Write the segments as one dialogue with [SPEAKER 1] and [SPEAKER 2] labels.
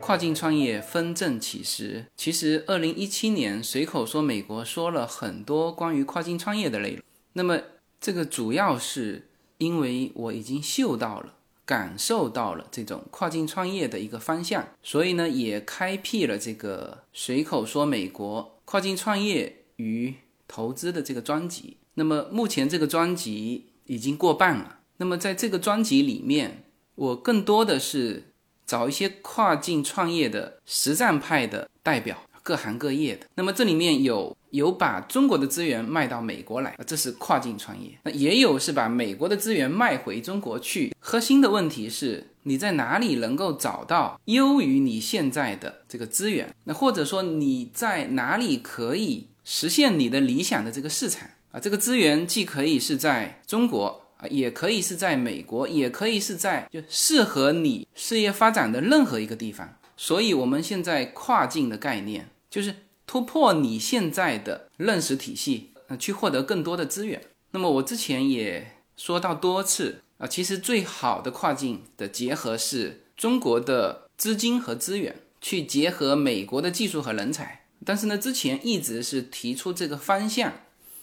[SPEAKER 1] 跨境创业分正起时，其实二零一七年随口说美国说了很多关于跨境创业的内容。那么这个主要是因为我已经嗅到了、感受到了这种跨境创业的一个方向，所以呢也开辟了这个随口说美国跨境创业与投资的这个专辑。那么目前这个专辑已经过半了。那么在这个专辑里面，我更多的是找一些跨境创业的实战派的代表，各行各业的。那么这里面有有把中国的资源卖到美国来，这是跨境创业；那也有是把美国的资源卖回中国去。核心的问题是。你在哪里能够找到优于你现在的这个资源？那或者说你在哪里可以实现你的理想的这个市场？啊，这个资源既可以是在中国啊，也可以是在美国，也可以是在就适合你事业发展的任何一个地方。所以，我们现在跨境的概念就是突破你现在的认识体系，呃，去获得更多的资源。那么，我之前也说到多次啊，其实最好的跨境的结合是中国的资金和资源，去结合美国的技术和人才。但是呢，之前一直是提出这个方向。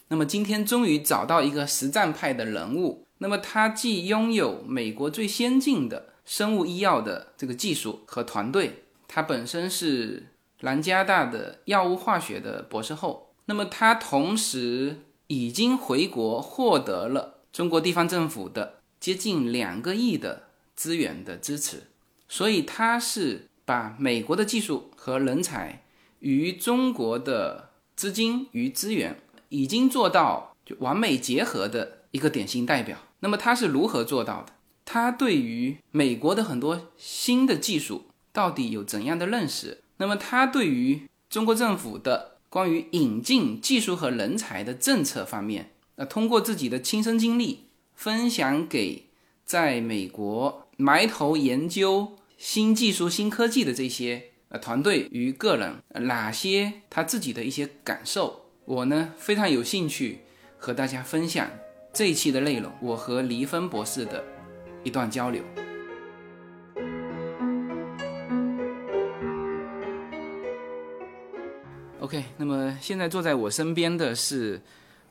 [SPEAKER 1] 那么今天终于找到一个实战派的人物，那么他既拥有美国最先进的生物医药的这个技术和团队，他本身是南加大的药物化学的博士后，那么他同时已经回国获得了中国地方政府的接近两个亿的资源的支持，所以他是把美国的技术和人才与中国的资金与资源。已经做到就完美结合的一个典型代表。那么他是如何做到的？他对于美国的很多新的技术到底有怎样的认识？那么他对于中国政府的关于引进技术和人才的政策方面，那通过自己的亲身经历分享给在美国埋头研究新技术、新科技的这些呃团队与个人，呃哪些他自己的一些感受？我呢非常有兴趣和大家分享这一期的内容，我和黎芬博士的一段交流。OK，那么现在坐在我身边的是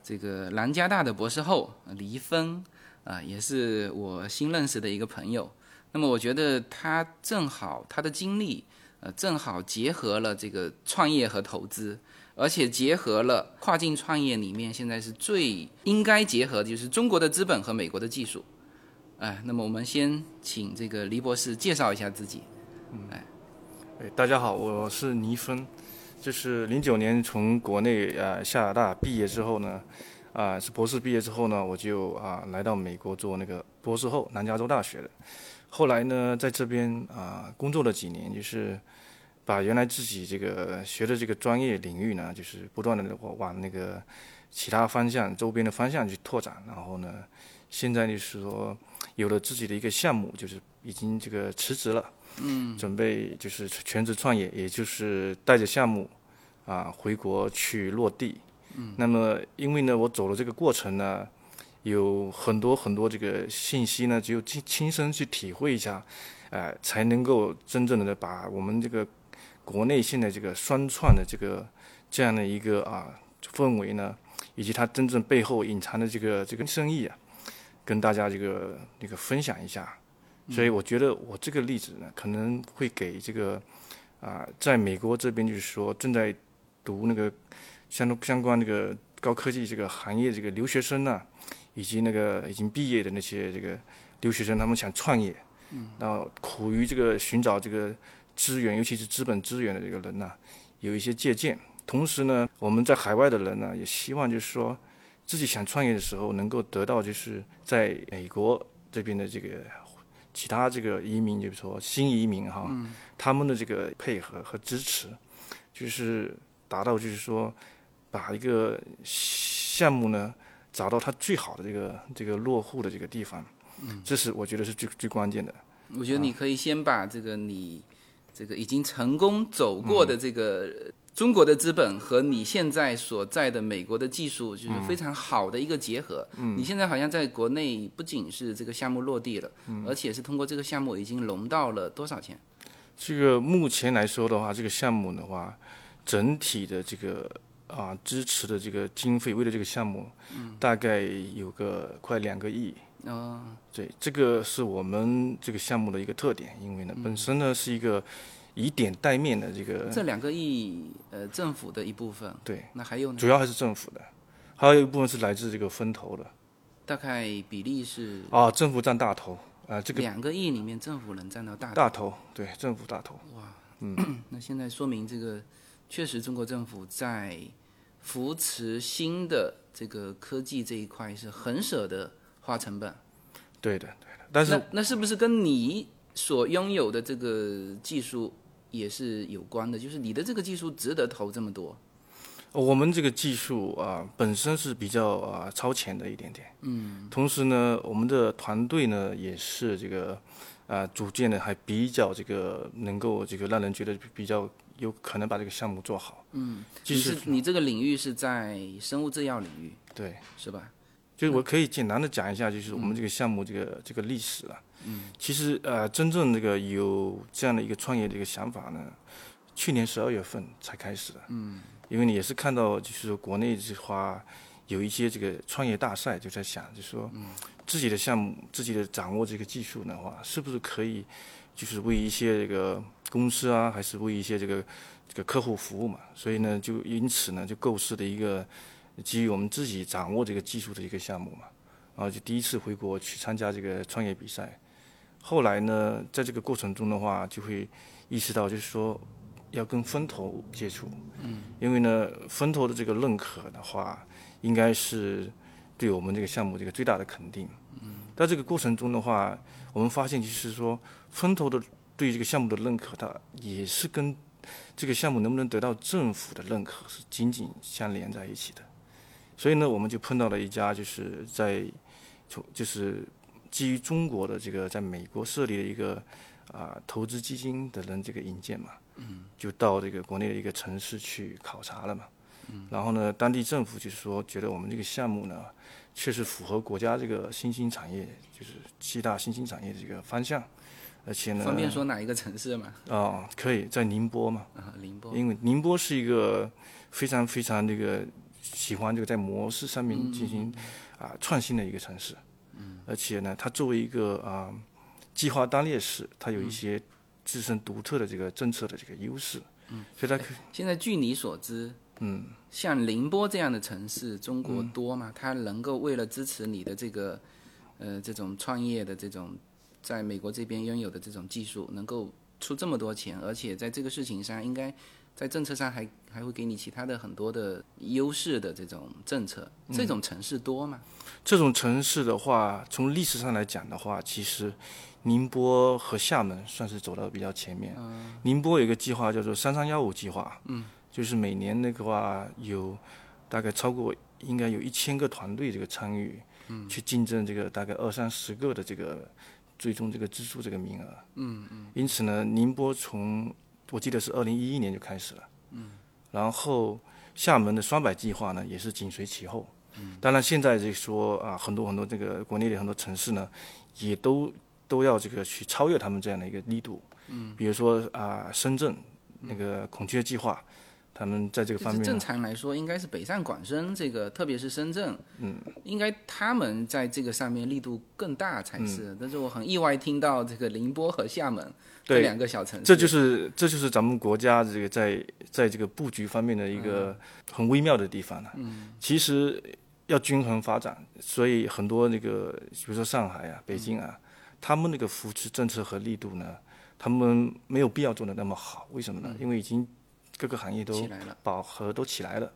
[SPEAKER 1] 这个南加大的博士后黎芬啊、呃，也是我新认识的一个朋友。那么我觉得他正好他的经历呃正好结合了这个创业和投资。而且结合了跨境创业里面，现在是最应该结合的就是中国的资本和美国的技术，哎，那么我们先请这个黎博士介绍一下自己。
[SPEAKER 2] 嗯，哎，哎，大家好，我是倪芬，就是零九年从国内呃厦大毕业之后呢，啊、呃、是博士毕业之后呢，我就啊、呃、来到美国做那个博士后，南加州大学的，后来呢在这边啊、呃、工作了几年，就是。把原来自己这个学的这个专业领域呢，就是不断的往那个其他方向、周边的方向去拓展。然后呢，现在就是说有了自己的一个项目，就是已经这个辞职了，
[SPEAKER 1] 嗯，
[SPEAKER 2] 准备就是全职创业，也就是带着项目啊回国去落地。
[SPEAKER 1] 嗯，
[SPEAKER 2] 那么因为呢，我走的这个过程呢，有很多很多这个信息呢，只有亲亲身去体会一下，呃，才能够真正的把我们这个。国内现在这个双创的这个这样的一个啊氛围呢，以及它真正背后隐藏的这个这个生意啊，跟大家这个那个分享一下。所以我觉得我这个例子呢，可能会给这个啊、呃，在美国这边就是说正在读那个相相关那个高科技这个行业这个留学生呢、啊，以及那个已经毕业的那些这个留学生，他们想创业，然后苦于这个寻找这个。资源，尤其是资本资源的这个人呢、啊，有一些借鉴。同时呢，我们在海外的人呢，也希望就是说，自己想创业的时候，能够得到就是在美国这边的这个其他这个移民，就是说新移民哈，
[SPEAKER 1] 嗯、
[SPEAKER 2] 他们的这个配合和支持，就是达到就是说，把一个项目呢，找到它最好的这个这个落户的这个地方。
[SPEAKER 1] 嗯，
[SPEAKER 2] 这是我觉得是最最关键的。
[SPEAKER 1] 我觉得
[SPEAKER 2] 啊
[SPEAKER 1] 你可以先把这个你。这个已经成功走过的这个中国的资本和你现在所在的美国的技术，就是非常好的一个结合。
[SPEAKER 2] 嗯，
[SPEAKER 1] 你现在好像在国
[SPEAKER 2] 嗯
[SPEAKER 1] 内不仅是这个项目落地了，而且是通过这个项目已经融到了多少钱？
[SPEAKER 2] 这个目前来说的话，这个项目的话，整体的这个啊支持的这个经费，为了这个项目，大概有个快两个亿。
[SPEAKER 1] 哦，
[SPEAKER 2] 对，这个是我们这个项目的一个特点，因为呢，本身呢是一个以点带面的这个，
[SPEAKER 1] 这两个亿，呃，政府的一部分，
[SPEAKER 2] 对，
[SPEAKER 1] 那还有呢？
[SPEAKER 2] 主要还是政府的，还有一部分是来自这个分投的
[SPEAKER 1] 大概比例是
[SPEAKER 2] 啊，政府占大头啊、这个
[SPEAKER 1] 两个亿里面政府能占到大头。
[SPEAKER 2] 大头，对，政府大头，
[SPEAKER 1] 那现在说明这个确实中国政府在扶持新的这个科技这一块是很舍得花成本。
[SPEAKER 2] 对的，对的。但是
[SPEAKER 1] 那那是不是跟你所拥有的这个技术也是有关的？就是你的这个技术值得投这么多？
[SPEAKER 2] 我们这个技术啊、本身是比较啊、超前的一点点，嗯，同时呢，我们的团队呢也是这个啊、组建的还比较这个能够这个让人觉得比较有可能把这个项目做好，嗯，
[SPEAKER 1] 你
[SPEAKER 2] 技术
[SPEAKER 1] 是你这个领域是在生物制药领域
[SPEAKER 2] 对。
[SPEAKER 1] 是吧？
[SPEAKER 2] 就是我可以简单的讲一下，就是我们这个项目这个、这个历史啊。嗯，其实呃，真正这个有这样的一个创业的一个想法呢，去年十二月份才开始的。嗯，因为你也是看到，就是说国内的话有一些这个创业大赛，就在想，就是说、自己的项目、自己的掌握这个技术的话，是不是可以就是为一些这个公司啊，还是为一些这个这个客户服务嘛？所以呢，就因此呢，就构思的一个。基于我们自己掌握这个技术的一个项目嘛，然后就第一次回国去参加这个创业比赛。后来呢，在这个过程中的话，就会意识到就是说要跟风投接触，嗯，因为呢，风投的这个认可的话，应该是对我们这个项目这个最大的肯定。嗯，在这个过程中的话，我们发现就是说风投的对这个项目的认可，它也是跟这个项目能不能得到政府的认可是紧紧相连在一起的。所以呢，我们就碰到了一家就是在就就是基于中国的这个在美国设立的一个啊、投资基金的人这个引荐嘛，嗯，就到这个国内的一个城市去考察了嘛，嗯，然后呢，当地政府就是说觉得我们这个项目呢，确实符合国家这个新兴产业就是七大新兴产业这个方向，而且呢，
[SPEAKER 1] 方便说哪一个城市吗？
[SPEAKER 2] 啊、可以在宁波嘛，
[SPEAKER 1] 啊，宁波。
[SPEAKER 2] 因为宁波是一个非常非常这个喜欢这个在模式上面进行啊、创新的一个城市，嗯，而且呢，它作为一个啊、计划单列市，它有一些自身独特的这个政策的这个优势，嗯，所以它可以
[SPEAKER 1] 现在据你所知，
[SPEAKER 2] 嗯，
[SPEAKER 1] 像宁波这样的城市，中国多吗？它能够为了支持你的这个，呃，这种创业的这种，在美国这边拥有的这种技术，能够出这么多钱，而且在这个事情上，应该在政策上还还会给你其他的很多的优势的这种政策，这种城市多吗？
[SPEAKER 2] 这种城市的话，从历史上来讲的话，其实宁波和厦门算是走到比较前面。宁波有一个计划叫做“三三幺五”计划，嗯，就是每年那个话有大概超过应该有一千个团队这个参与，嗯，去竞争这个大概二三十个的这个最终这个支出这个名额，嗯嗯。因此呢，宁波从我记得是二零一一年就开始了，嗯，然后厦门的双百计划呢也是紧随其后。当然，现在这说啊，很多很多这个国内的很多城市呢，也都都要这个去超越他们这样的一个力度。嗯，比如说啊、深圳那个孔雀计划，他们在这个
[SPEAKER 1] 就
[SPEAKER 2] 方
[SPEAKER 1] 是
[SPEAKER 2] 面
[SPEAKER 1] 正
[SPEAKER 2] 呢
[SPEAKER 1] 常来说，应该是北上广深这个，特别是深圳，嗯，应该他们在这个上面力度更大才
[SPEAKER 2] 嗯
[SPEAKER 1] 是。但是我很意外听到这个宁波和厦门这
[SPEAKER 2] 对
[SPEAKER 1] 两个小城市，
[SPEAKER 2] 这就是这就是咱们国家这个在在这个布局方面的一个很微妙的地方了、嗯，其实要均衡发展，所以很多那个比如说上海啊、北京啊，他们那个扶持政策和力度呢，他们没有必要做的那么好，为什么呢？因为已经各个行业都
[SPEAKER 1] 起来了。
[SPEAKER 2] 饱和都起来了。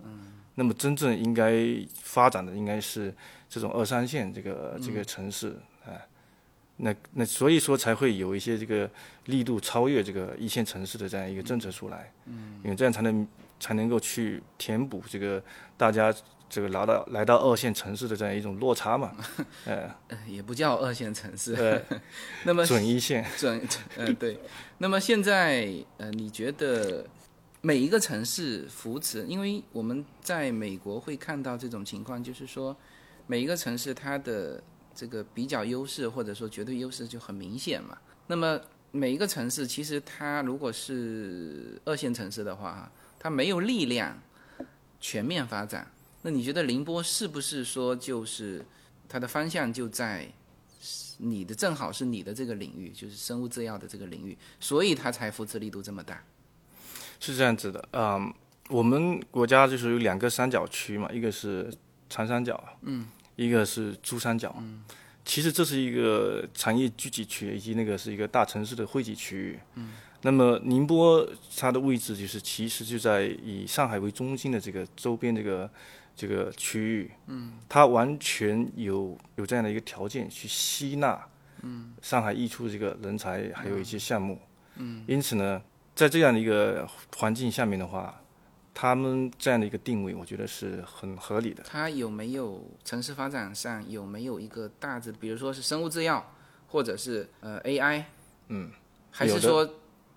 [SPEAKER 2] 那么真正应该发展的应该是这种二三线这个这个城市，哎、那那所以说才会有一些这个力度超越这个一线城市的这样一个政策出来，嗯，因为这样才能才能够去填补这个大家这个来到来到二线城市的这样一种落差嘛，
[SPEAKER 1] 呃也不叫二线城市。
[SPEAKER 2] 呃
[SPEAKER 1] 那么
[SPEAKER 2] 准一线。
[SPEAKER 1] 准 呃对，那么现在呃，你觉得每一个城市扶持，因为我们在美国会看到这种情况，就是说每一个城市它的这个比较优势或者说绝对优势就很明显嘛。那么每一个城市其实它如果是二线城市的话，它没有力量全面发展。那你觉得宁波是不是说就是它的方向就在你的正好是你的这个领域，就是生物制药的这个领域，所以它才扶持力度这么大？
[SPEAKER 2] 是这样子的，嗯，我们国家就是有两个三角区嘛，一个是长三角，嗯，一个是珠三角，嗯，其实这是一个产业聚集区，以及那个是一个大城市的汇集区域，嗯，那么宁波它的位置就是其实就在以上海为中心的这个周边这个这个区域，嗯，它完全有有这样的一个条件去吸纳，嗯，上海溢出的这个人才还有一些项目，嗯，因此呢。在这样的一个环境下面的话，他们这样的一个定位，我觉得是很合理的。
[SPEAKER 1] 它有没有城市发展上有没有一个大致，比如说是生物制药，或者是呃 AI，嗯，还是
[SPEAKER 2] 有的
[SPEAKER 1] 说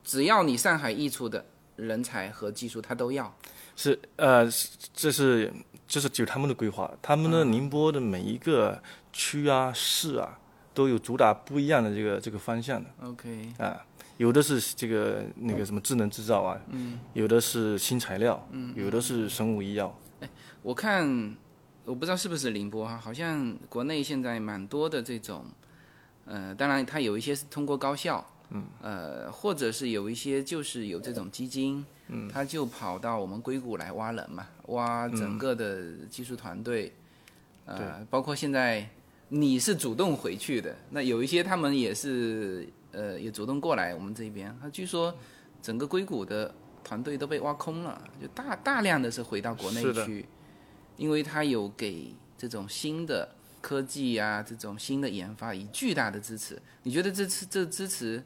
[SPEAKER 1] 只要你上海溢出的人才和技术，它都要？
[SPEAKER 2] 是呃，是这是这是有他们的规划，他们的宁波的每一个区啊、市啊，都有主打不一样的这个这个方向的。
[SPEAKER 1] OK，
[SPEAKER 2] 有的是这个那个什么智能制造啊，嗯，有的是新材料，嗯，有的是生物医药，
[SPEAKER 1] 我看我不知道是不是宁波哈，啊好像国内现在蛮多的这种，呃，当然它有一些是通过高校，嗯，呃，或者是有一些就是有这种基金，嗯，他就跑到我们硅谷来挖人嘛，挖整个的技术团队，呃，包括现在你是主动回去的，那有一些他们也是呃也主动过来我们这边，他据说整个硅谷的团队都被挖空了，就大大量的是回到国内
[SPEAKER 2] 是的
[SPEAKER 1] 去。因为它有给这种新的科技啊，这种新的研发以巨大的支持。你觉得这次这支持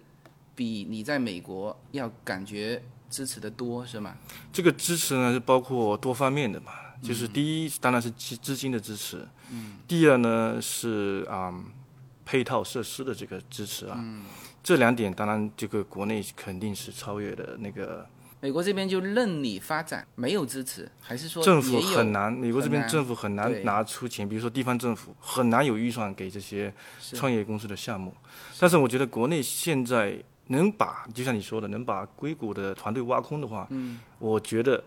[SPEAKER 1] 比你在美国要感觉支持的多是吗？
[SPEAKER 2] 这个支持呢是包括多方面的嘛，就是第一当然是资资金的支持，嗯，第二呢是啊、嗯配套设施的这个支持啊，嗯，这两点当然这个国内肯定是超越的那个
[SPEAKER 1] 美国这边就任你发展，没有支持，还是说
[SPEAKER 2] 政府
[SPEAKER 1] 也有
[SPEAKER 2] 很难，美国这边
[SPEAKER 1] 很难
[SPEAKER 2] 政府
[SPEAKER 1] 对
[SPEAKER 2] 很难拿出钱，比如说地方政府很难有预算给这些创业公司的项目，但是我觉得国内现在能把就像你说的能把硅谷的团队挖空的话，嗯，我觉得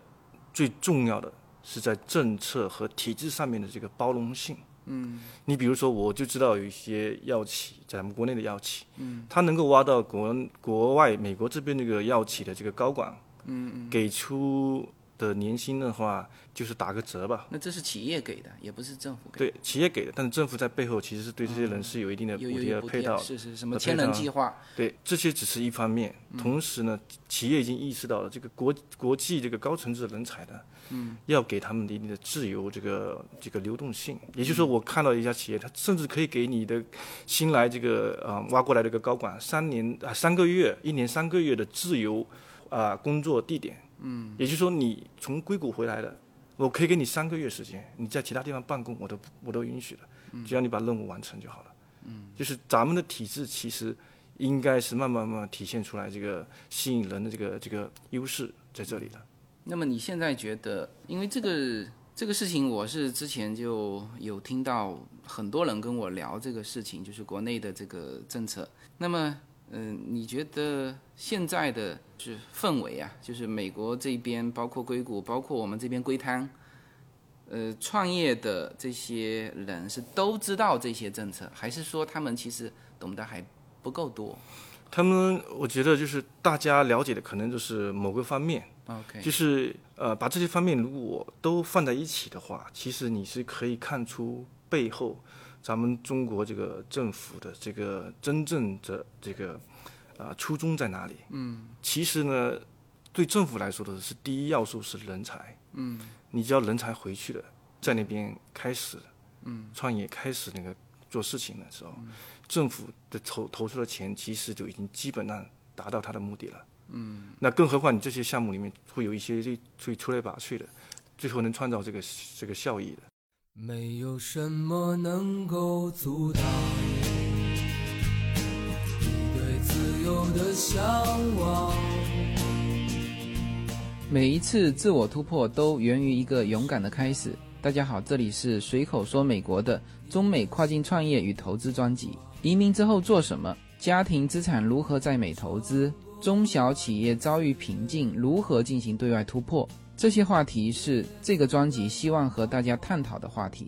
[SPEAKER 2] 最重要的是在政策和体制上面的这个包容性。嗯，你比如说，我就知道有一些药企，咱们国内的药企，嗯，它能够挖到国国外美国这边那个药企的这个高管，嗯，给出的年薪的话，就是打个折吧。
[SPEAKER 1] 那这是企业给的，也不是政府给的。嗯
[SPEAKER 2] 对，企业给的，但是政府在背后其实是对这些人是有一定的补
[SPEAKER 1] 有有
[SPEAKER 2] 贴
[SPEAKER 1] 有
[SPEAKER 2] 和
[SPEAKER 1] 补
[SPEAKER 2] 配
[SPEAKER 1] 贴
[SPEAKER 2] 套的。
[SPEAKER 1] 是是什么
[SPEAKER 2] 和配
[SPEAKER 1] 千人
[SPEAKER 2] 套
[SPEAKER 1] 计划，
[SPEAKER 2] 对，嗯这些只是一方面。同时呢，企业已经意识到了这个国国际这个高层次人才呢，嗯，要给他们一定的自由这个这个流动性。也就是说，我看到一家企业，它甚至可以给你的新来这个啊、呃挖过来这个高管三年啊、三个月，一年三个月的自由啊、工作地点。嗯，也就是说，你从硅谷回来的，我可以给你三个月时间，你在其他地方办公，我都我都允许的，只要你把任务完成就好了。嗯，就是咱们的体制其实应该是慢慢慢慢体现出来这个吸引人的这个这个优势在这里的。
[SPEAKER 1] 那么你现在觉得，因为这个这个事情，我是之前就有听到很多人跟我聊这个事情，就是国内的这个政策。那么，嗯、你觉得现在的是氛围啊，就是美国这边，包括硅谷，包括我们这边硅滩，呃，创业的这些人是都知道这些政策，还是说他们其实懂得还不够多
[SPEAKER 2] 他们我觉得就是大家了解的可能就是某个方面，
[SPEAKER 1] ？OK，
[SPEAKER 2] 就是呃把这些方面如果都放在一起的话，其实你是可以看出背后咱们中国这个政府的这个真正的这个啊、呃初衷在哪里。嗯，其实呢，对政府来说的是第一要素是人才。嗯，你只要人才回去了，在那边开始，嗯，创业开始那个做事情的时候，政府的投投出的钱其实就已经基本上达到它的目的了。那更何况你这些项目里面会有一些这会出类拔萃的，最后能创造这个这个效益的。
[SPEAKER 3] 没有什么能够阻挡你对自由的向往。
[SPEAKER 1] 每一次自我突破都源于一个勇敢的开始。大家好，这里是随口说美国的中美跨境创业与投资专辑。移民之后做什么？
[SPEAKER 4] 家庭资产如何在美投资，中小企业遭遇瓶颈如何进行对外突破，这些话题是这个专辑希望和大家探讨的话题。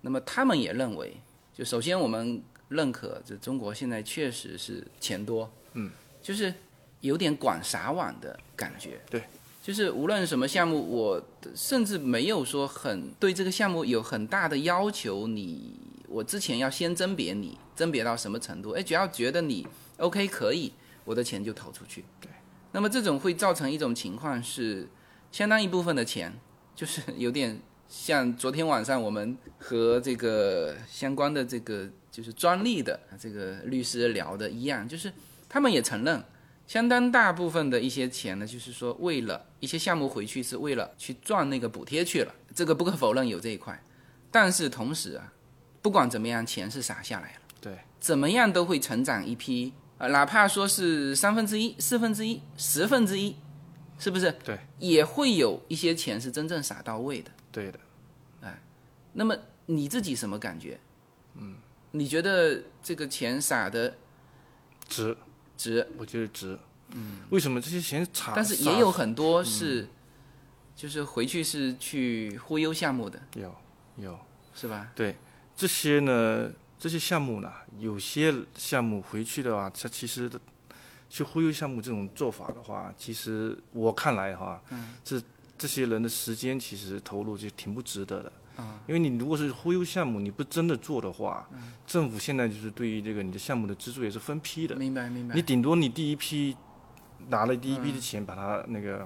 [SPEAKER 1] 那么他们也认为，就首先我们认可，这中国现在确实是钱多，嗯，就是有点管撒网的感觉，
[SPEAKER 2] 对，
[SPEAKER 1] 就是无论什么项目，我甚至没有说很对这个项目有很大的要求你。我之前要先甄别你，甄别到什么程度？哎，只要觉得你 OK 可以，我的钱就投出去。对，那么这种会造成一种情况是，相当一部分的钱就是 有点像昨天晚上我们和这个相关的这个就是专利的这个律师聊的一样，就是他们也承认，相当大部分的一些钱呢，就是说为了一些项目回去是为了去赚那个补贴去了，这个不可否认有这一块，但是同时啊，不管怎么样，钱是撒下来了，
[SPEAKER 2] 对，
[SPEAKER 1] 怎么样都会成长一批，呃，哪怕说是三分之一、四分之一、十分之一，是不是？
[SPEAKER 2] 对，
[SPEAKER 1] 也会有一些钱是真正撒到位的。
[SPEAKER 2] 对的。
[SPEAKER 1] 那么你自己什么感觉？嗯，你觉得这个钱撒的
[SPEAKER 2] 值，
[SPEAKER 1] 值？
[SPEAKER 2] 我觉得值。嗯，为什么这些钱差？
[SPEAKER 1] 但是也有很
[SPEAKER 2] 嗯
[SPEAKER 1] 多是，就是回去是去忽悠项目的，
[SPEAKER 2] 有有
[SPEAKER 1] 是吧？
[SPEAKER 2] 这些呢，这些项目呢，有些项目回去的话，它其实的去忽悠项目这种做法的话，其实我看来哈，
[SPEAKER 1] 嗯
[SPEAKER 2] 这这些人的时间其实投入就挺不值得的。
[SPEAKER 1] 嗯
[SPEAKER 2] 因为你如果是忽悠项目，你不真的做的话，政府现在就是对于这个你的项目的资助也是分批的，
[SPEAKER 1] 明白明白嗯
[SPEAKER 2] 你。顶多你第一批拿了第一批的钱，把它那个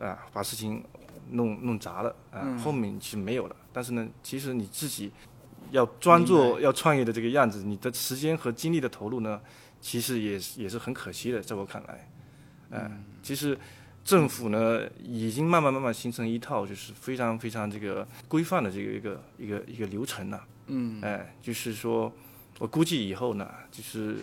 [SPEAKER 2] 啊，把事情弄弄砸了啊，后面是没有了。但是呢，其实你自己要专做要创业的这个样子，你的时间和精力的投入呢，其实也是也是很可惜的，在我看来，嗯、其实。政府呢，已经慢慢慢慢形成一套就是非常非常这个规范的这个一个一个一个流程了、嗯，哎，就是说，我估计以后呢，就是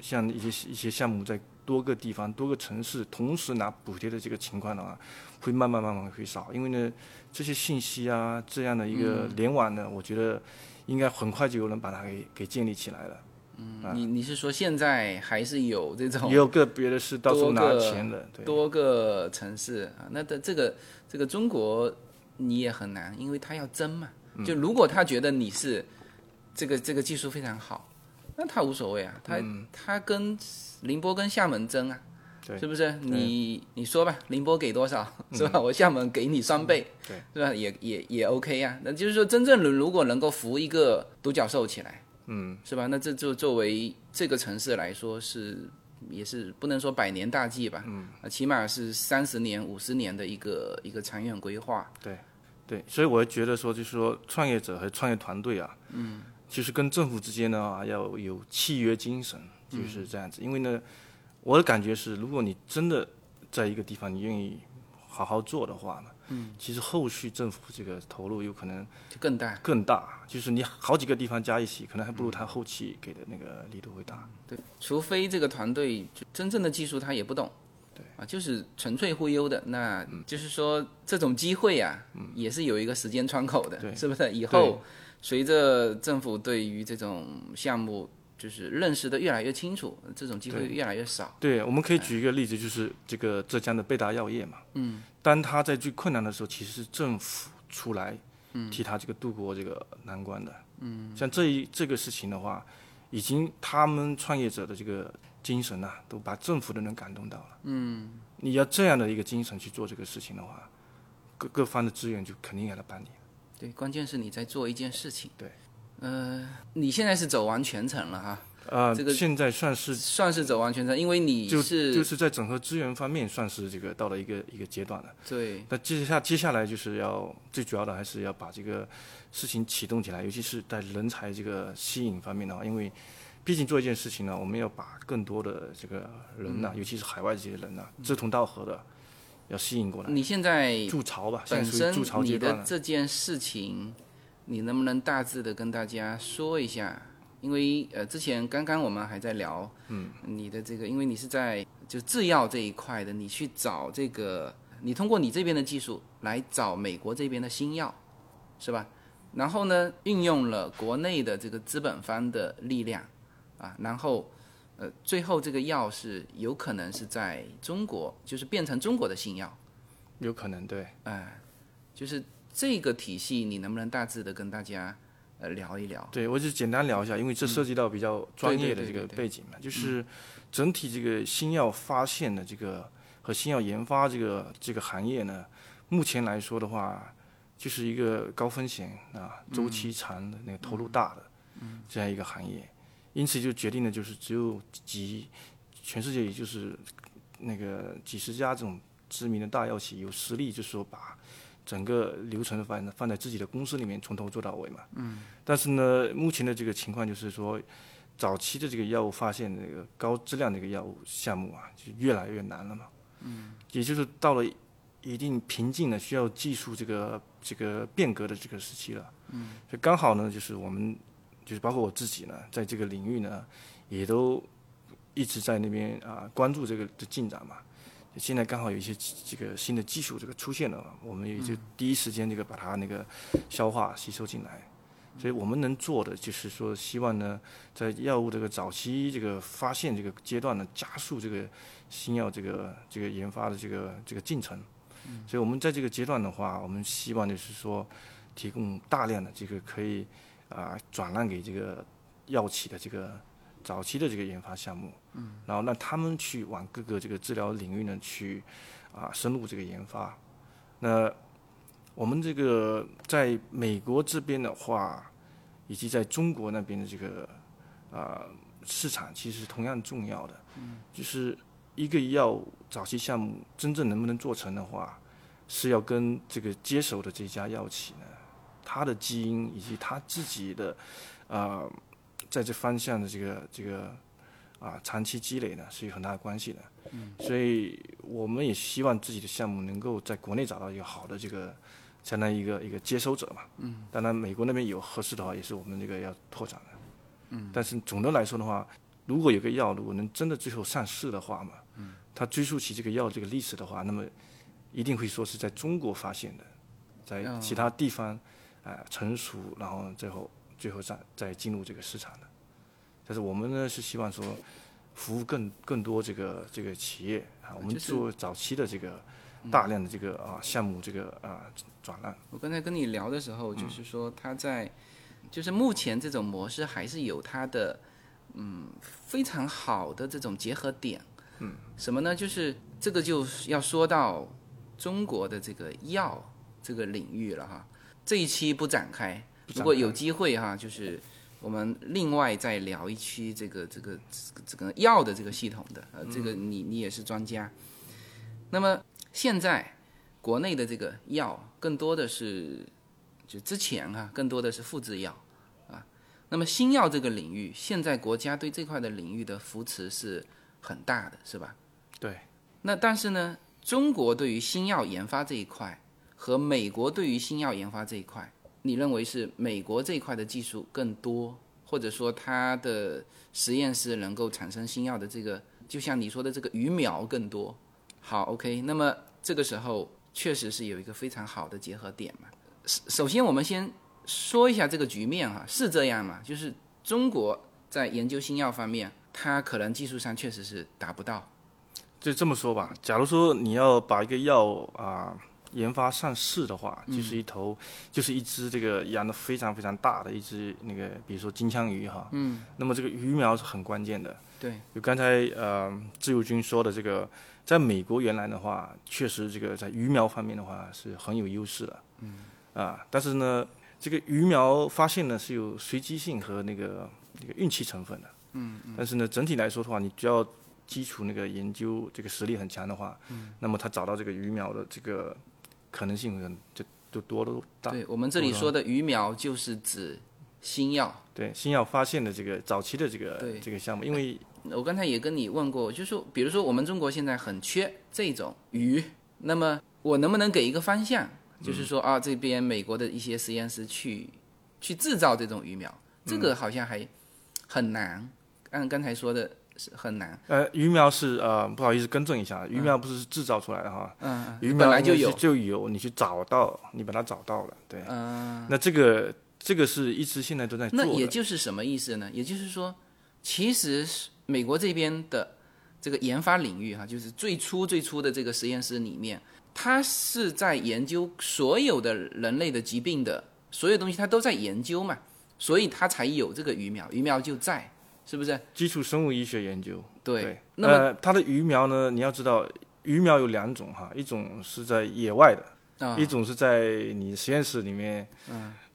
[SPEAKER 2] 像一些一些项目在多个地方、多个城市同时拿补贴的这个情况的话，会慢慢慢慢会少，因为呢，这些信息啊这样的一个
[SPEAKER 1] 嗯
[SPEAKER 2] 联网呢，我觉得应该很快就有人把它给给建立起来了。
[SPEAKER 1] 嗯你你是说现在还是有这种
[SPEAKER 2] 也有个别的是到处拿
[SPEAKER 1] 多个
[SPEAKER 2] 钱的，对，
[SPEAKER 1] 多个城市啊，那的这个这个中国你也很难，因为他要争嘛。
[SPEAKER 2] 嗯
[SPEAKER 1] 就如果他觉得你是这个这个技术非常好，那他无所谓啊，他、他跟宁波跟厦门争啊，
[SPEAKER 2] 嗯对嗯
[SPEAKER 1] 是不是？你你说吧，宁波给多少是吧？我厦门给你双倍，
[SPEAKER 2] 对，
[SPEAKER 1] 是吧？也也也 OK 呀、那就是说，真正如果能够扶一个独角兽起来。
[SPEAKER 2] 嗯，
[SPEAKER 1] 是吧？那这就作为这个城市来说是，也是不能说百年大计吧，嗯，起码是三十年、五十年的一个一个长远规划。
[SPEAKER 2] 对，所以我觉得说，就是说创业者和创业团队啊，嗯，就是跟政府之间呢、啊、要有契约精神，
[SPEAKER 1] 嗯
[SPEAKER 2] 就是这样子。因为呢，我的感觉是，如果你真的在一个地方你愿意好好做的话呢，嗯，其实后续政府这个投入有可能
[SPEAKER 1] 就更大。
[SPEAKER 2] 更大，就是你好几个地方加一起，可能还不如他后期给的那个力度会大。
[SPEAKER 1] 对，除非这个团队就真正的技术他也不懂，对啊，就是纯粹忽悠
[SPEAKER 2] 嗯
[SPEAKER 1] 的。那就是说这种机会啊，也是有一个时间窗口的，
[SPEAKER 2] 对
[SPEAKER 1] 是不是？以后随着政府对于这种项目就是认识的越来越清楚，这种机会
[SPEAKER 2] 对
[SPEAKER 1] 越来越少。
[SPEAKER 2] 对，我们可以举一个例子，就是这个浙江的贝达药业嘛。嗯。当他在最困难的时候，其实是政府出来替他这个渡过这个难关的。嗯。像这一这个事情的话，已经他们创业者的这个精神呐、啊都把政府都能感动到了。嗯。你要这样的一个精神去做这个事情的话，各各方的资源就肯定也来帮你。
[SPEAKER 1] 对，关键是你在做一件事情。
[SPEAKER 2] 对，
[SPEAKER 1] 呃，你现在是走完全程了哈，
[SPEAKER 2] 啊、
[SPEAKER 1] 这个
[SPEAKER 2] 现在算是
[SPEAKER 1] 算是走完全程，因为你
[SPEAKER 2] 就是就是在整合资源方面算是这个到了一个一个阶段了。
[SPEAKER 1] 对
[SPEAKER 2] 那接下接下来就是要最主要的还是要把这个事情启动起来，尤其是在人才这个吸引方面的话，因为毕竟做一件事情呢，我们要把更多的这个人
[SPEAKER 1] 嗯
[SPEAKER 2] 呐、尤其是海外这些人呐、志同道合的要吸引过来。
[SPEAKER 1] 你现在
[SPEAKER 2] 筑巢吧，现
[SPEAKER 1] 本
[SPEAKER 2] 在属于
[SPEAKER 1] 身
[SPEAKER 2] 筑巢
[SPEAKER 1] 你
[SPEAKER 2] 阶段
[SPEAKER 1] 的
[SPEAKER 2] 了。
[SPEAKER 1] 这件事情，你能不能大致的跟大家说一下？因为呃，之前刚刚我们还在聊，嗯，你的这个，因为你是在就制药这一块的，你去找这个，你通过你这边的技术来找美国这边的新药，是吧？然后呢，运用了国内的这个资本方的力量，啊，然后，呃，最后这个药是有可能是在中国，就是变成中国的新药，
[SPEAKER 2] 有可能对，
[SPEAKER 1] 就是这个体系，你能不能大致的跟大家呃聊一聊？
[SPEAKER 2] 对我就简单聊一下，因为
[SPEAKER 1] 嗯
[SPEAKER 2] 这涉及到比较专业的这
[SPEAKER 1] 对
[SPEAKER 2] 个
[SPEAKER 1] 对对对对嗯
[SPEAKER 2] 背景嘛，就是整体这个新药发现的这个和新药研发这个这个行业呢，目前来说的话，就是一个高风险啊、周
[SPEAKER 1] 嗯
[SPEAKER 2] 期长的、那个投入大的、这样一个行业，因此就决定了就是只有几全世界也就是那个几十家这种知名的大药企有实力，就是说把整个流程放放在自己的公司里面从头做到尾嘛。
[SPEAKER 1] 嗯
[SPEAKER 2] 但是呢，目前的这个情况就是说，早期的这个药物发现的这个高质量的这个药物项目啊，就越来越难了嘛。嗯，也就是到了一定瓶颈了，需要技术这个这个变革的这个时期了。嗯，所以刚好呢，就是我们就是包括我自己呢，在这个领域呢，也都一直在那边啊关注这个的进展嘛。现在刚好有一些这个新的技术这个出现了嘛，我们也就第一时间这个把它那个消化吸收进来。所以我们能做的就是说，希望呢，在药物这个早期这个发现这个阶段呢，加速这个新药这个这个研发的这个这个进程。所以我们在这个阶段的话，我们希望就是说，提供大量的这个可以啊、转让给这个药企的这个早期的这个研发项目，嗯，然后让他们去往各个这个治疗领域呢去啊、深入这个研发。那我们这个在美国这边的话，以及在中国那边的这个啊、市场，其实同样重要的。就是一个药早期项目真正能不能做成的话，是要跟这个接手的这家药企呢，它的基因以及它自己的啊、在这方向的这个这个啊、长期积累呢是有很大的关系的。所以我们也希望自己的项目能够在国内找到一个好的这个。相当于一个一个接收者嘛，嗯，当然美国那边有合适的话，也是我们这个要拓展的，嗯，但是总的来说的话，如果有个药如果能真的最后上市的话嘛，嗯，它追溯起这个药这个历史的话，那么一定会说是在中国发现的，在其他地方啊、呃成熟，然后最后最后再再进入这个市场的。但是我们呢是希望说服务更更多这个这个企业啊，我们
[SPEAKER 1] 就是
[SPEAKER 2] 做早期的这个大量的这个啊项目这个啊转让。
[SPEAKER 1] 我刚才跟你聊的时候，就是说它在，就是目前这种模式还是有它的，嗯，非常好的这种结合点。嗯，什么呢？就是这个就要说到中国的这个药这个领域了哈。这一期不展开，
[SPEAKER 2] 展开
[SPEAKER 1] 如果有机会哈，就是我们另外再聊一期这个这个这个药的这个系统的，呃，这个你你也是专家。那么现在国内的这个药更多的是，就之前啊，更多的是复制药啊。那么新药这个领域，现在国家对这块的领域的扶持是很大的，是吧？
[SPEAKER 2] 对。
[SPEAKER 1] 那但是呢，中国对于新药研发这一块和美国对于新药研发这一块，你认为是美国这一块的技术更多，或者说它的实验室能够产生新药的这个，就像你说的这个鱼苗更多？好，OK，那么这个时候确实是有一个非常好的结合点嘛。首首先，我们先说一下这个局面哈、是这样嘛？就是中国在研究新药方面，它可能技术上确实是达不到。
[SPEAKER 2] 就这么说吧，假如说你要把一个药啊、研发上市的话，就是一头，就是一只这个养的非常非常大的一只那个，比如说金枪鱼哈，嗯，那么这个鱼苗是很关键的。
[SPEAKER 1] 对，
[SPEAKER 2] 就刚才呃自由军说的这个，在美国原来的话，确实这个在鱼苗方面的话是很有优势的，嗯，啊，但是呢，这个鱼苗发现呢是有随机性和那个那个运气成分的，嗯，但是呢，整体来说的话，你只要基础那个研究这个实力很强的话，嗯，那么他找到这个鱼苗的这个可能性很就就多得大。
[SPEAKER 1] 对我们这里说的鱼苗就是指新药，
[SPEAKER 2] 对，新药发现的这个早期的这个
[SPEAKER 1] 对
[SPEAKER 2] 这个项目，因为
[SPEAKER 1] 我刚才也跟你问过，就是说比如说我们中国现在很缺这种鱼，那么我能不能给一个方向，就是说啊，这边美国的一些实验室去去制造这种鱼苗，这个好像还很难，按刚才说的是很难，
[SPEAKER 2] 呃，鱼苗是呃，不好意思更正一下，鱼苗不是制造出来的哈，
[SPEAKER 1] 嗯，
[SPEAKER 2] 鱼苗
[SPEAKER 1] 本来就
[SPEAKER 2] 应该
[SPEAKER 1] 有
[SPEAKER 2] 是，就有，你去找到，你把它找到了，对，那这个这个是一直现在都在做
[SPEAKER 1] 嗯那也
[SPEAKER 2] 的，
[SPEAKER 1] 就是什么意思呢？也就是说，其实是美国这边的这个研发领域哈、就是最初最初的这个实验室里面，它是在研究所有的人类的疾病的所有东西，它都在研究嘛，所以它才有这个鱼苗，鱼苗就在，是不是？
[SPEAKER 2] 基础生物医学研究，
[SPEAKER 1] 对。
[SPEAKER 2] 对，
[SPEAKER 1] 那么
[SPEAKER 2] 呃，它的鱼苗呢，你要知道，鱼苗有两种哈，一种是在野外的，
[SPEAKER 1] 啊、嗯
[SPEAKER 2] 一种是在你实验室里面，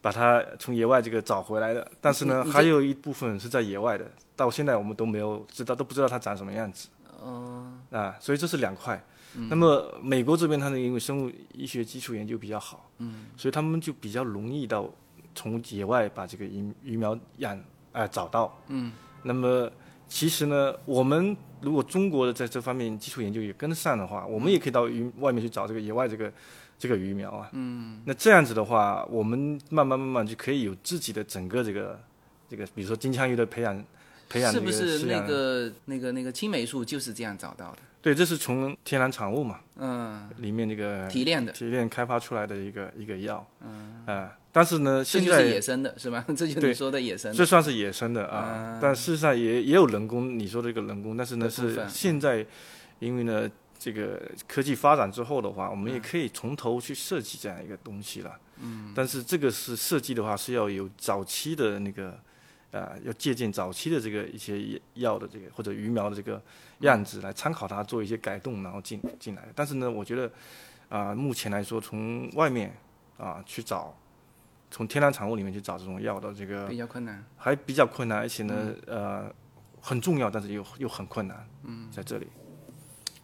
[SPEAKER 2] 把它从野外这个找回来的，但是呢，
[SPEAKER 1] 你你
[SPEAKER 2] 还有一部分是在野外的，到现在我们都没有知道，都不知道它长什么样子。哦，啊，所以这是两块。
[SPEAKER 1] 嗯
[SPEAKER 2] 那么美国这边它呢，因为生物医学基础研究比较好，嗯，所以他们就比较容易到从野外把这个鱼鱼苗养啊、找到，嗯，那么其实呢，我们如果中国的在这方面基础研究也跟得上的话，我们也可以到鱼外面去找这个野外这个这个鱼苗啊。嗯，那这样子的话，我们慢慢慢慢就可以有自己的整个这个这个，比如说金枪鱼的培养培养
[SPEAKER 1] 是
[SPEAKER 2] 这
[SPEAKER 1] 不
[SPEAKER 2] 个
[SPEAKER 1] 是
[SPEAKER 2] 饲养
[SPEAKER 1] 那个那个那个青霉素就是这样找到的？
[SPEAKER 2] 对，这是从天然产物嘛，
[SPEAKER 1] 嗯，
[SPEAKER 2] 里面这个
[SPEAKER 1] 提炼的，
[SPEAKER 2] 提炼开发出来的一个一个药。嗯啊、但是呢，
[SPEAKER 1] 这
[SPEAKER 2] 现
[SPEAKER 1] 就是野
[SPEAKER 2] 在
[SPEAKER 1] 生的，是吧？ 这就是
[SPEAKER 2] 对
[SPEAKER 1] 你说的野生的嗯
[SPEAKER 2] 这算是野生的啊，但事实上也也有人工，你说这个人工，但是
[SPEAKER 1] 的
[SPEAKER 2] 呢
[SPEAKER 1] 部
[SPEAKER 2] 是
[SPEAKER 1] 分嗯
[SPEAKER 2] 现在，因为呢这个科技发展之后的话，我
[SPEAKER 1] 嗯
[SPEAKER 2] 们也可以从头去设计这样一个东西了。嗯，但是这个是设计的话是要有早期的那个。啊、要借鉴早期的这个一些药的这个或者鱼苗的这个样子来参考它做一些改动，然后进进来。但是呢，我觉得啊、目前来说，从外面啊、去找，从天然产物里面去找这种药的这个
[SPEAKER 1] 比较困难。
[SPEAKER 2] 还比较困难，而且呢，
[SPEAKER 1] 嗯
[SPEAKER 2] 呃，很重要，但是又又很困难。嗯，在这里，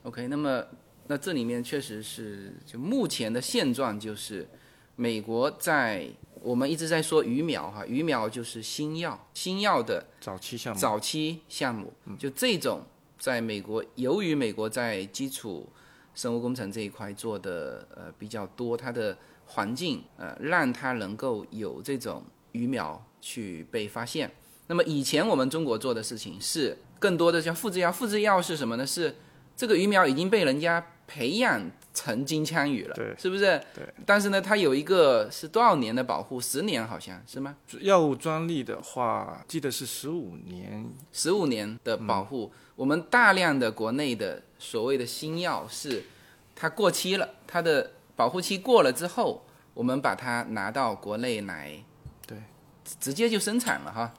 [SPEAKER 1] OK，那么那这里面确实是，就目前的现状就是，美国在我们一直在说鱼苗哈，鱼苗就是新药，新药的
[SPEAKER 2] 早期项目，嗯
[SPEAKER 1] 早期项目，就这种在美国，由于美国在基础生物工程这一块做的呃比较多，它的环境呃让它能够有这种鱼苗去被发现。那么以前我们中国做的事情是更多的叫复制药，复制药是什么呢？是这个鱼苗已经被人家培养成金枪鱼了，
[SPEAKER 2] 对
[SPEAKER 1] 是不是？
[SPEAKER 2] 对。
[SPEAKER 1] 但是呢，它有一个是多少年的保护？十年好像是吗？
[SPEAKER 2] 药物专利的话，记得是十五年，
[SPEAKER 1] 十五年的保护，我们大量的国内的所谓的新药是它过期了，它的保护期过了之后，我们把它拿到国内来，
[SPEAKER 2] 对，
[SPEAKER 1] 直接就生产了哈。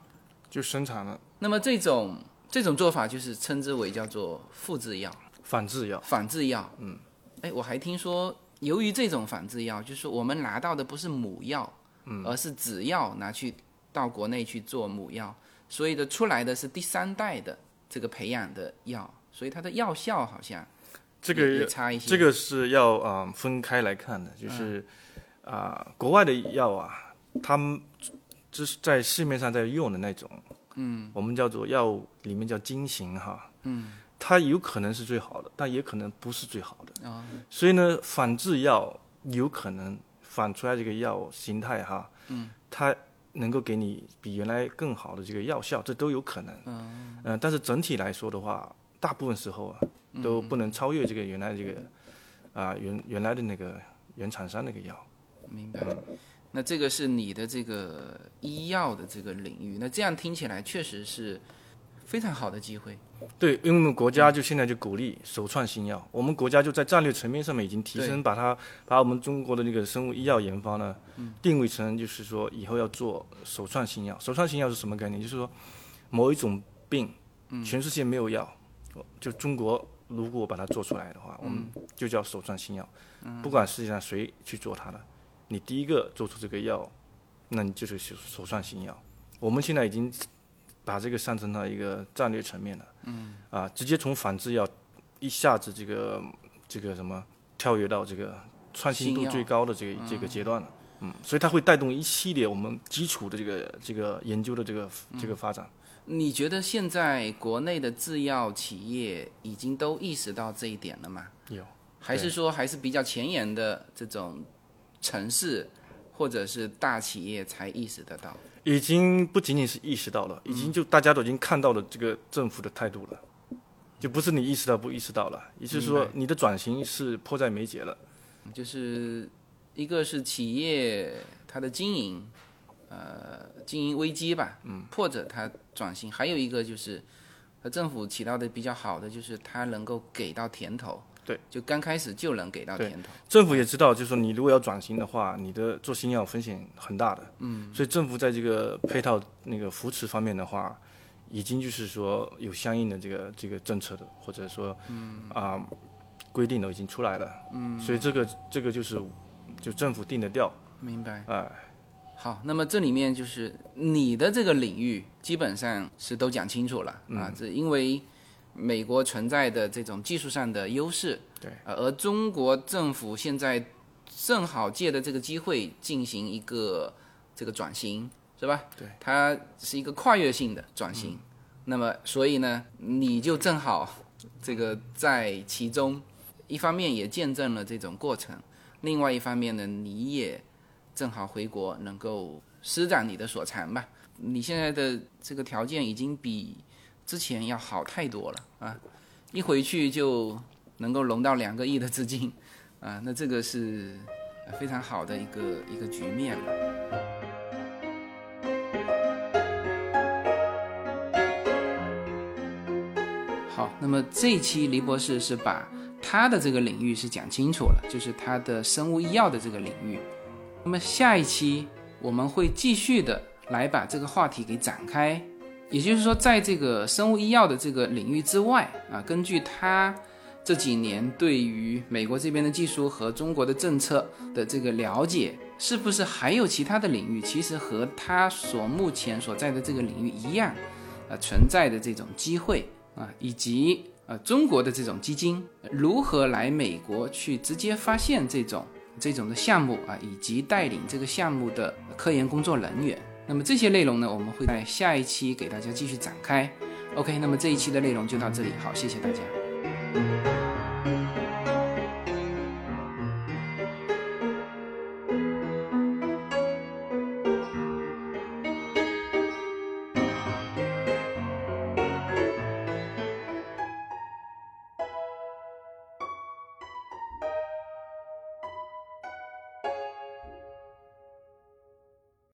[SPEAKER 2] 就生产了
[SPEAKER 1] 那么这种这种做法就是称之为叫做复制药、
[SPEAKER 2] 仿制药。
[SPEAKER 1] 仿制药。嗯，哎，我还听说，由于这种仿制药，就是我们拿到的不是母药，嗯，而是子药拿去到国内去做母药，所以的出来的是第三代的这个培养的药，所以它的药效好像
[SPEAKER 2] 这
[SPEAKER 1] 也也
[SPEAKER 2] 个
[SPEAKER 1] 差一些。
[SPEAKER 2] 这个是要啊、呃分开来看的，就是啊、国外的药啊，他们就是在市面上在用的那种，嗯，我们叫做药物里面叫金型哈，嗯，它有可能是最好的，但也可能不是最好的，啊、所以呢，仿制药有可能仿出来这个药形态哈，嗯，它能够给你比原来更好的这个药效，这都有可能，嗯、但是整体来说的话，大部分时候啊。都不能超越这个原来这个啊、原原来的那个原厂商那个药。
[SPEAKER 1] 明白。那这个是你的这个医药的这个领域，那这样听起来确实是非常好的机会。
[SPEAKER 2] 对，因为我们国家就现在就鼓励首创新药，我们国家就在战略层面上面已经提升，把它把我们中国的那个生物医药研发呢、定位成就是说以后要做首创新药。首创新药是什么概念？就是说某一种病，全世界没有药，就中国如嗯果把它做出来的话，我们就叫首创新药，不管世界上谁去做它的，你第一个做出这个药，那你就是首首创新药。我们现在已经把这个上升到一个战略层面了，嗯，啊，直接从仿制药一下子这个这个什么跳跃到这个创新
[SPEAKER 1] 新
[SPEAKER 2] 度
[SPEAKER 1] 药
[SPEAKER 2] 最高的这个这个阶段了。嗯，所以它会带动一系列我们基础的这个这个研究的这个
[SPEAKER 1] 嗯
[SPEAKER 2] 这个发展。
[SPEAKER 1] 你觉得现在国内的制药企业已经都意识到这一点了吗？
[SPEAKER 2] 有，
[SPEAKER 1] 还是说还是比较前沿的这种城市或者是大企业才意识得到？
[SPEAKER 2] 已经不仅仅是意识到
[SPEAKER 1] 嗯
[SPEAKER 2] 了，已经就大家都已经看到了这个政府的态度了，就不是你意识到不意识到了，也就是说你的转型是迫在眉睫了。
[SPEAKER 1] 就是一个是企业它的经营，呃，经营危机吧，嗯，或者它转型，还有一个就是和政府起到的比较好的就是它能够给到甜头，
[SPEAKER 2] 对，
[SPEAKER 1] 就刚开始就能给到
[SPEAKER 2] 对
[SPEAKER 1] 甜头，
[SPEAKER 2] 政府也知道，就是说你如果要转型的话，你的做新药风险很大的，嗯，所以政府在这个配套那个扶持方面的话，已经就是说有相应的这个这个政策的，或者说，嗯啊、规定都已经出来了，嗯，所以这个这个就是就政府定的调，
[SPEAKER 1] 明白？
[SPEAKER 2] 哎、
[SPEAKER 1] 好，那么这里面就是你的这个领域基本上是都讲清楚了、
[SPEAKER 2] 嗯
[SPEAKER 1] 啊，这因为美国存在的这种技术上的优势，
[SPEAKER 2] 对
[SPEAKER 1] 呃而中国政府现在正好借着这个机会进行一个这个转型，是吧？
[SPEAKER 2] 对，嗯
[SPEAKER 1] 它是一个跨越性的转型，那么所以呢，你就正好这个在其中，一方面也见证了这种过程，另外一方面呢，你也。正好回国能够施展你的所长吧。你现在的这个条件已经比之前要好太多了啊！一回去就能够融到两个亿的资金 啊，那这个是呃非常好的一个一个局面了。好，那么这一期黎博士是把他的这个领域是讲清楚了，就是他的生物医药的这个领域。那么下一期我们会继续的来把这个话题给展开，也就是说，在这个生物医药的这个领域之外啊，根据他这几年对于美国这边的技术和中国的政策的这个了解，是不是还有其他的领域，其实和他所目前所在的这个领域一样，啊存在的这种机会啊，以及呃中国的这种基金如何来美国去直接发现这种这种的项目啊，以及带领这个项目的科研工作人员。那么这些内容呢，我们会在下一期给大家继续展开。OK，那么这一期的内容就到这里，好，谢谢大家。